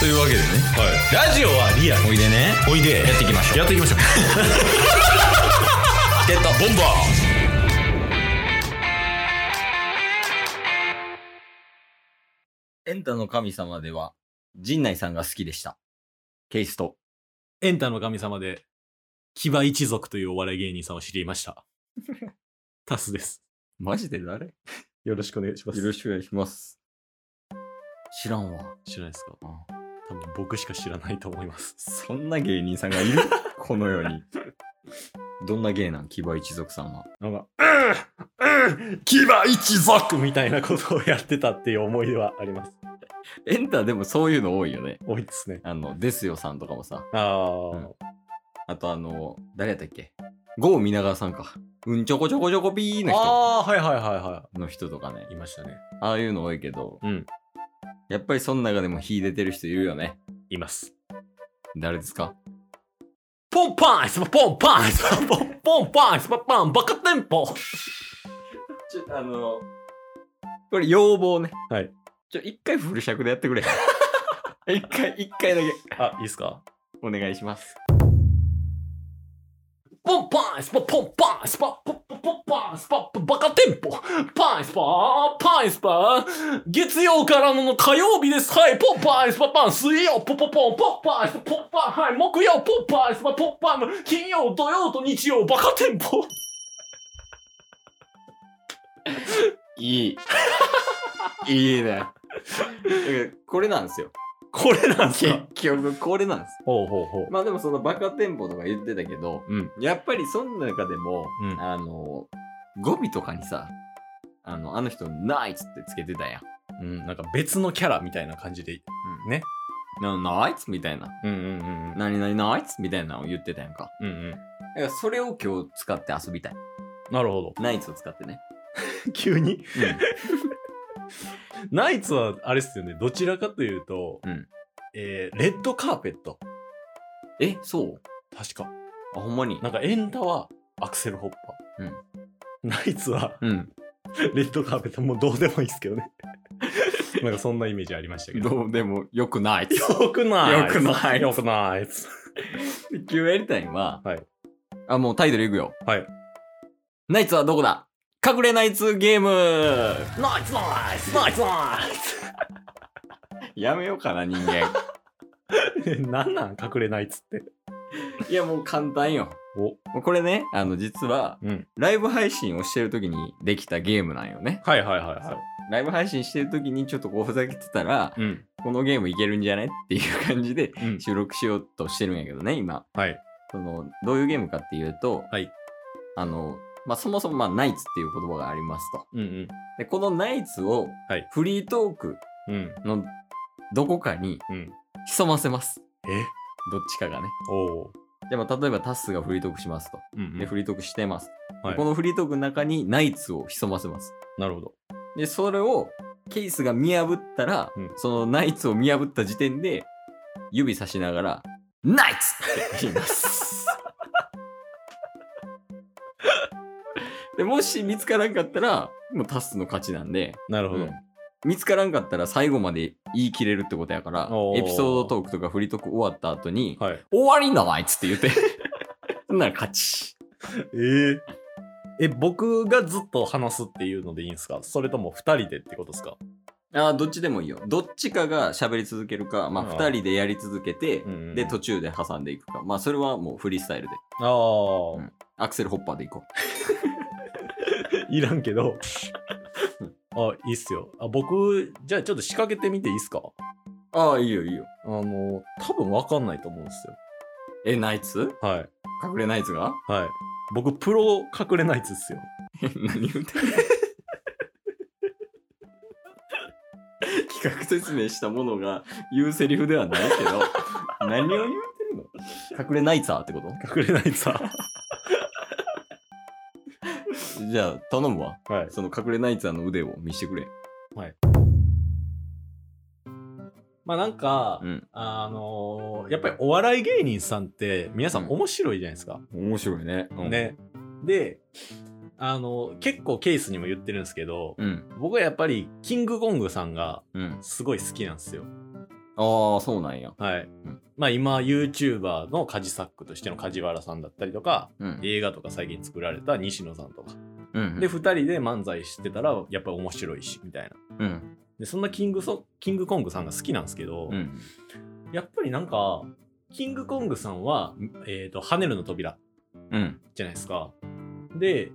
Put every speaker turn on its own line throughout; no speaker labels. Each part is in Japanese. というわけでね
はい。ラジオはリアル。
おいでね
おいで。
やっていきましょう
やってい きましょう。
ゲットボンバーエンタの神様では陣内さんが好きでしたケイスト
エンタの神様で、騎馬一族というお笑い芸人さんを知りま した。タスです。
マジで誰よ
よろしくお願いしま
ろしくお願いします知らんわ
知らないですか多分僕しか知らないと思います。
そんな芸人さんがい るこの世にどんな芸なん騎馬一族さんは
なんか、うんうん騎馬一族みたいなことをやってたっていう思い出はあります。
エンタでもそういうの多いよね
多いですね。
あのですよさんとかもさ
ああ、
うんあとあの誰やったっけ郷皆川さんかうんちょこちょこちょこピーの人
ああ、はいはいはいは
の人とかね
い。いましたね。
ああいうの多いけど、
うん
やっぱりその中でも秀でてる人いるよね
います。
誰ですか
ポンパンスパポンパンスパポンポンパンスパパンバカテンポ
ちょあのこれ要望ね
はい
ちょ一回フル尺でやってく れ一回一回だけ
あ、いいっすか
お願いします
ポンパンスパポンパンスパポンポンポンパンスパバカテンポパンスパパンスパ月曜からの火曜日ですはいポンパンスパパン水曜ポポポンポンパンスパポンパンはい木曜ポンパンスパポンパン金曜土曜と日曜バカテンポ
いい いいねだからこれなんですよ
これなんす
結
か
局これなんです
ほうほうほう
まあでもそのバカテンポとか言ってたけど、
うん
やっぱりその中でも、
うん
あの語尾とかにさあのあの人「ナイツ」ってつけてたやん
うん、なんか別のキャラみたいな感じでね
なナイツみたいな。
うんうんうん
何々ナイツみたいなのを言ってたやんか。
うんうん
だからそれを今日使って遊びたい。
なるほ
ナイツを使ってね。
ど 急に
う
ナイツはあれっすよねどちらかというと、
うん
えーレッドカーペット
ん、え、そう
確か
あ、ほんまに。
なんかエンタはアクセルホッパー、ナイツは
うん。
レッドカーペットもうどうでもいいっすけど ねなんかそんなイメージありましたけど
どうでもよくない。
よくない
よくない
よくないっす
今日やりたいのは、
はい
あ、もうタイトルいくよ。
はい
ナイツはどこだ隠れナイツゲーム
ナイツナイツナイツナ
やめようかな、人 間。
イツなんなん隠れナイツって
いや、もう簡単よ。
お
もうこれね、あの、実は、
うん
ライブ配信をしてる時にできたゲームなんよね。
はいはいはい
そう
は
ライブ配信してる時にちょっとこうふざけてたら、
いうん
このゲームいけるんじゃないっていう感じで
うん
収録しようとしてるんやけどね、今。
はい
その、どういうゲームかっていうと、
はい
あの、まあ、そもそも、まあ、ナイツっていう言葉がありますと。
うんうん
で、このナイツを
はい、
フリートーク
うん
のどこかに
うん
潜ませます。
え
どっちかがね。
おお
でも、例えばタスがフリートークしますと。
うん
で、フリートークしてます。
はい
このフリートークの中にナイツを潜ませます。
なるほど
で、それをケイスが見破ったら、
うん
そのナイツを見破った時点で、指さしながら、ナイツ って言います。でもし見つからんかったら、もうタスの勝ちなんで、
なるほど、
うん見つからんかったら最後まで言い切れるってことやから、
おー
エピソードトークとかフリートーク終わった後に、
はい
終わりなあいつって言って、 そんなら勝ち。
えーえ、僕がずっと話すっていうのでいいんですかそれとも2人でってことですか
ああ、どっちでもいいよ。どっちかが喋り続けるか、まあ
あ
2
ー
人でやり続けて、
うんうん
で、途中で挟んでいくか。まあそれはもうフリースタイルで。
ああ、
うんアクセルホッパーでいこ
いらんけ ど。あ、いいっすよ。あ僕、じゃあちょっと仕掛けてみていいっすか
う。ああ、いいよいいよ。
あの、多分わかんないと思うんですよ。
え、ナイツ
はい。
隠れナイツが
はい。僕、プロ隠れナイツっすよ。
何言ってんの企画説明したものが言うセリフではないけど、 何を言うてるの隠れナイツァーってこと
隠れナイツ は。
じゃあ頼むわ。
はい。
その隠れナイツァーの腕を見してくれ。
まあなんか、
うん。
あのやっぱりお笑い芸人さんって皆さん面白いじゃないですか。
面白いね。うん。
ね。で、あの結構ケースにも言ってるんですけど、
うん。
僕はやっぱりキングコングさんが
うん。
すごい好きなんですよ。
あああ、そうなんや。
はい
ん。
まあ今、YouTuber のカジサックとしての梶原さんだったりとか、
うん。
映画とか最近作られた西野さんとか。
うん
で、2人で漫才してたら、やっぱり面白いし、みたいな。
うん。
で、そんなキングソキングコングさんが好きなんですけど、
うん。
やっぱりなんか、キングコングさんは、えっ、と、跳ねるの扉
うん。
じゃないですか。で、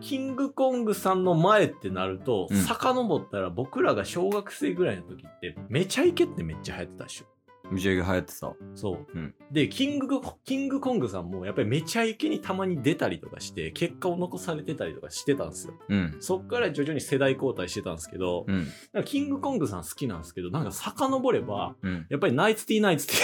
キングコングさんの前ってなると、
うん
遡ったら僕らが小学生ぐらいの時って、めちゃイケってめっちゃ流行ってたでしょ。
めちゃイケ流行ってた。
そう。
うん
で、キングコ、キングコングさんもやっぱりめちゃイケにたまに出たりとかして、結果を残されてたりとかしてたんですよ。
うん。
そっから徐々に世代交代してたんですけど、
うん。
なんかキングコングさん好きなんですけど、なんか遡れば、
うん。
やっぱりナイツティーナイツティー。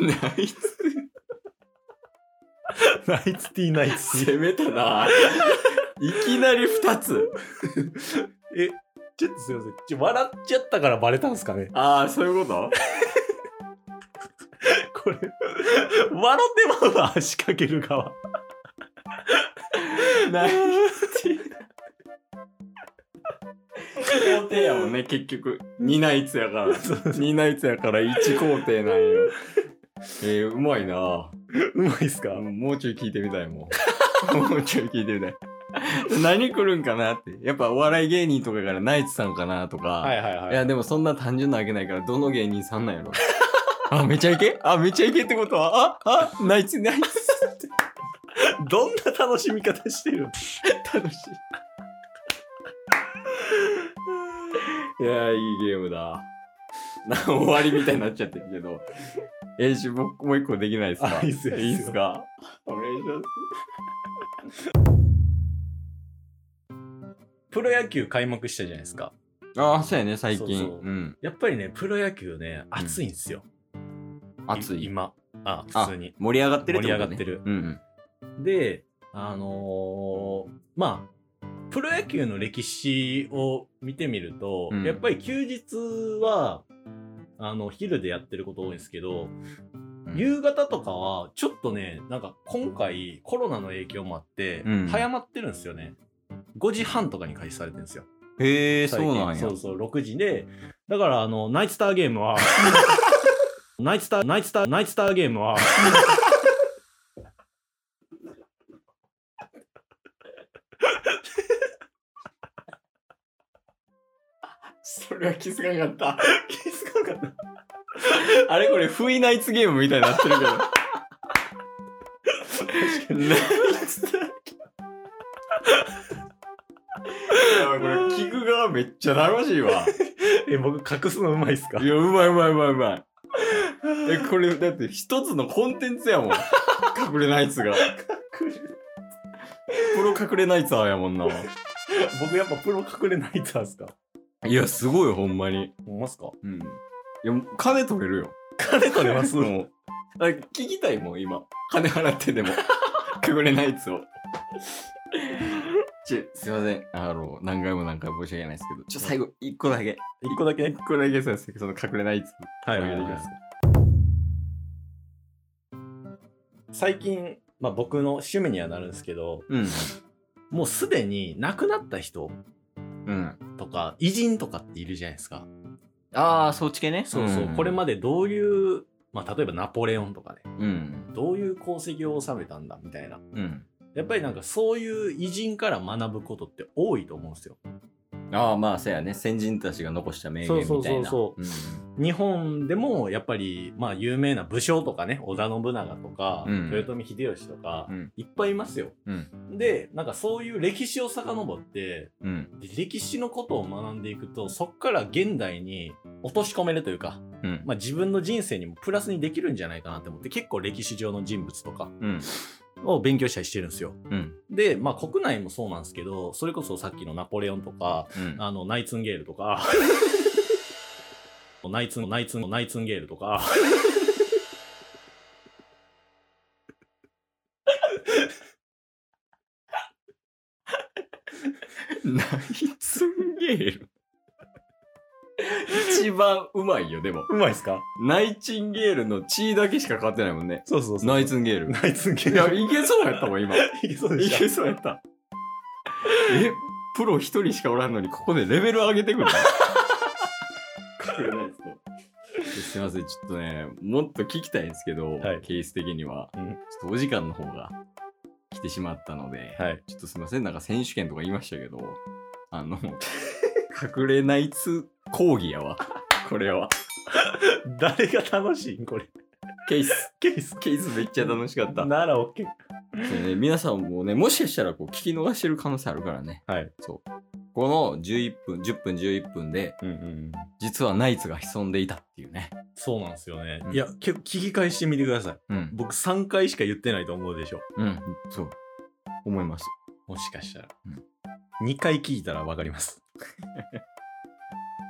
ナイツ。
ナイツティーナイツティー。
攻めた な。いきなり二つ。
え、ちょっとすいません。ちょ笑っちゃったからバレたんすかね。
ああ、そういうこと
これ、笑ってまうわ、仕掛ける側。
ナイツ。工程やもんね、結局。二ナイツやから。二ナイツやから一工程なんよ。 えー、うまいな
うまいっすか
もうちょい聞いてみたいもんもうちょい聞いてみたい何来るんかなってやっぱお笑い芸人とかからナイツさんかなとか、
はい
い
はいはい。
やでもそんな単純なわけないからどの芸人さんなん やろあめちゃイケあめちゃイケってことはああナイツナイツって
どんな楽しみ方してる
楽しいいやーいいゲームだな終わりみたいになっちゃってるけどえし僕もう一個できないですか
あいいっすよ
いいっすかお願いします
プロ野球開幕したじゃないですか。
ああ、そうやね、最近。。
そうそうんやっぱりね、プロ野球ね、熱いんですよ。
暑い。
今。あ、
あ
普通に。
盛り上がってるって
盛
こと、ね、
り上がってる
うん
で、あのーまあ、プロ野球の歴史を見てみると、
うん
やっぱり休日は、あの、昼でやってること多いんですけど、
うん。
夕方とかは、ちょっとね、なんか今回コロナの影響もあって、
うん
早まってるんですよね。5時半とかに開始されてるんですよ。
へえ、そ
最近
うなんや。
そうそう、6時で。だから、あの、ナイツターゲーム は、ナイツター、ナイツター、ナイツターゲームは、
それは気づかなかっ。
気づかなかった
あれこれ、不意ナイツゲームみたいになってるけど。ナイツだけ。やばいこれ、聞く側めっちゃ楽しいわ。
た。え、僕、隠すのうまいっすか
いや、うまいうまいうまいうまい。え、これ、だって一つのコンテンツやもん。隠れナイツが。プロ隠れナイツァーやもんな。
僕やっぱプロ隠れナイターっすか
いや、すごい、ほんまに。
ほんますか
うん。いや、もう金取れるよ。
金取れます
もう。あ聞きたいもん、今。金払っ てでも。隠れナイツを。ちょ、すいません。あの、何回も何回も申し訳ないですけど、ちょ、最後、一個だけ。
一個だけ
一個だけそうですその隠れナイツ。
は
お願いできます
最近、まあ、僕の趣味にはなるんですけど
うん。
もうすでに亡くなった人
うん。
とか偉人とかっているじゃないですか
ああ、そうちけね。
そうそう、これまでどういう、まあ、例えばナポレオンとかね
で。うん。
どういう功績を収めたんだみたいな
うん。
やっぱりなんかそういう偉人から学ぶことって多いと思うんですよ
ああ、まあ、そうやね。先人たちが残した名言みたいな。
そうそうそう日本でもやっぱりまあ有名な武将とかね織田信長とか、
うん
豊臣秀吉とか、
うん
いっぱいいますよ、
う
でなんかそういう歴史を遡って
ん。うん。
で歴史のことを学んでいくとそっから現代に落とし込めるというか、
うん。
まあ、自分の人生にもプラスにできるんじゃないかなと思って結構歴史上の人物とか
うん。
を勉強したりしてるんですよ
うん。
でまあ国内もそうなんですけどそれこそさっきのナポレオンとか
うん。
あのナイツンゲールとか ナイツンナイツンナイツンゲールとか
ナイツンゲール一番うまいよ、でも。
うまいっすか
ナイチンゲールの血だけしか変わってないもんね。
そうそうそう
ナイツンゲール。
ナイツンゲ
いや、
ール
いけそうやったもん、今。い
いけそうでし
けそうやった。え、プロ一人しかおらんのに、ここでレベル上げてくるの隠れないですねすいません、ちょっとね、もっと聞きたいんですけど、
はい
ケース的には、
うん
ちょっとお時間の方が来てしまったので、
はい。
ちょっとすいません、なんか選手権とか言いましたけど、あの、隠れナイツ講義やわ、これは。
誰が楽しいんこれ。
ケース、
ケース。
ケースめっちゃ楽しかった。
なら OK。
そうね、皆さんもね、もしかしたらこう聞き逃してる可能性あるからね。
はい。
この11分、10分、11分で、
うんうん。
実はナイツが潜んでいたっていうね。
そうなんですよね。
うん
いや、結構聞き返してみてください。
うん。
僕3回しか言ってないと思うでしょ。
うん。そう。思います。
もしかしたら。
うん
2回聞いたらわかります。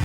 す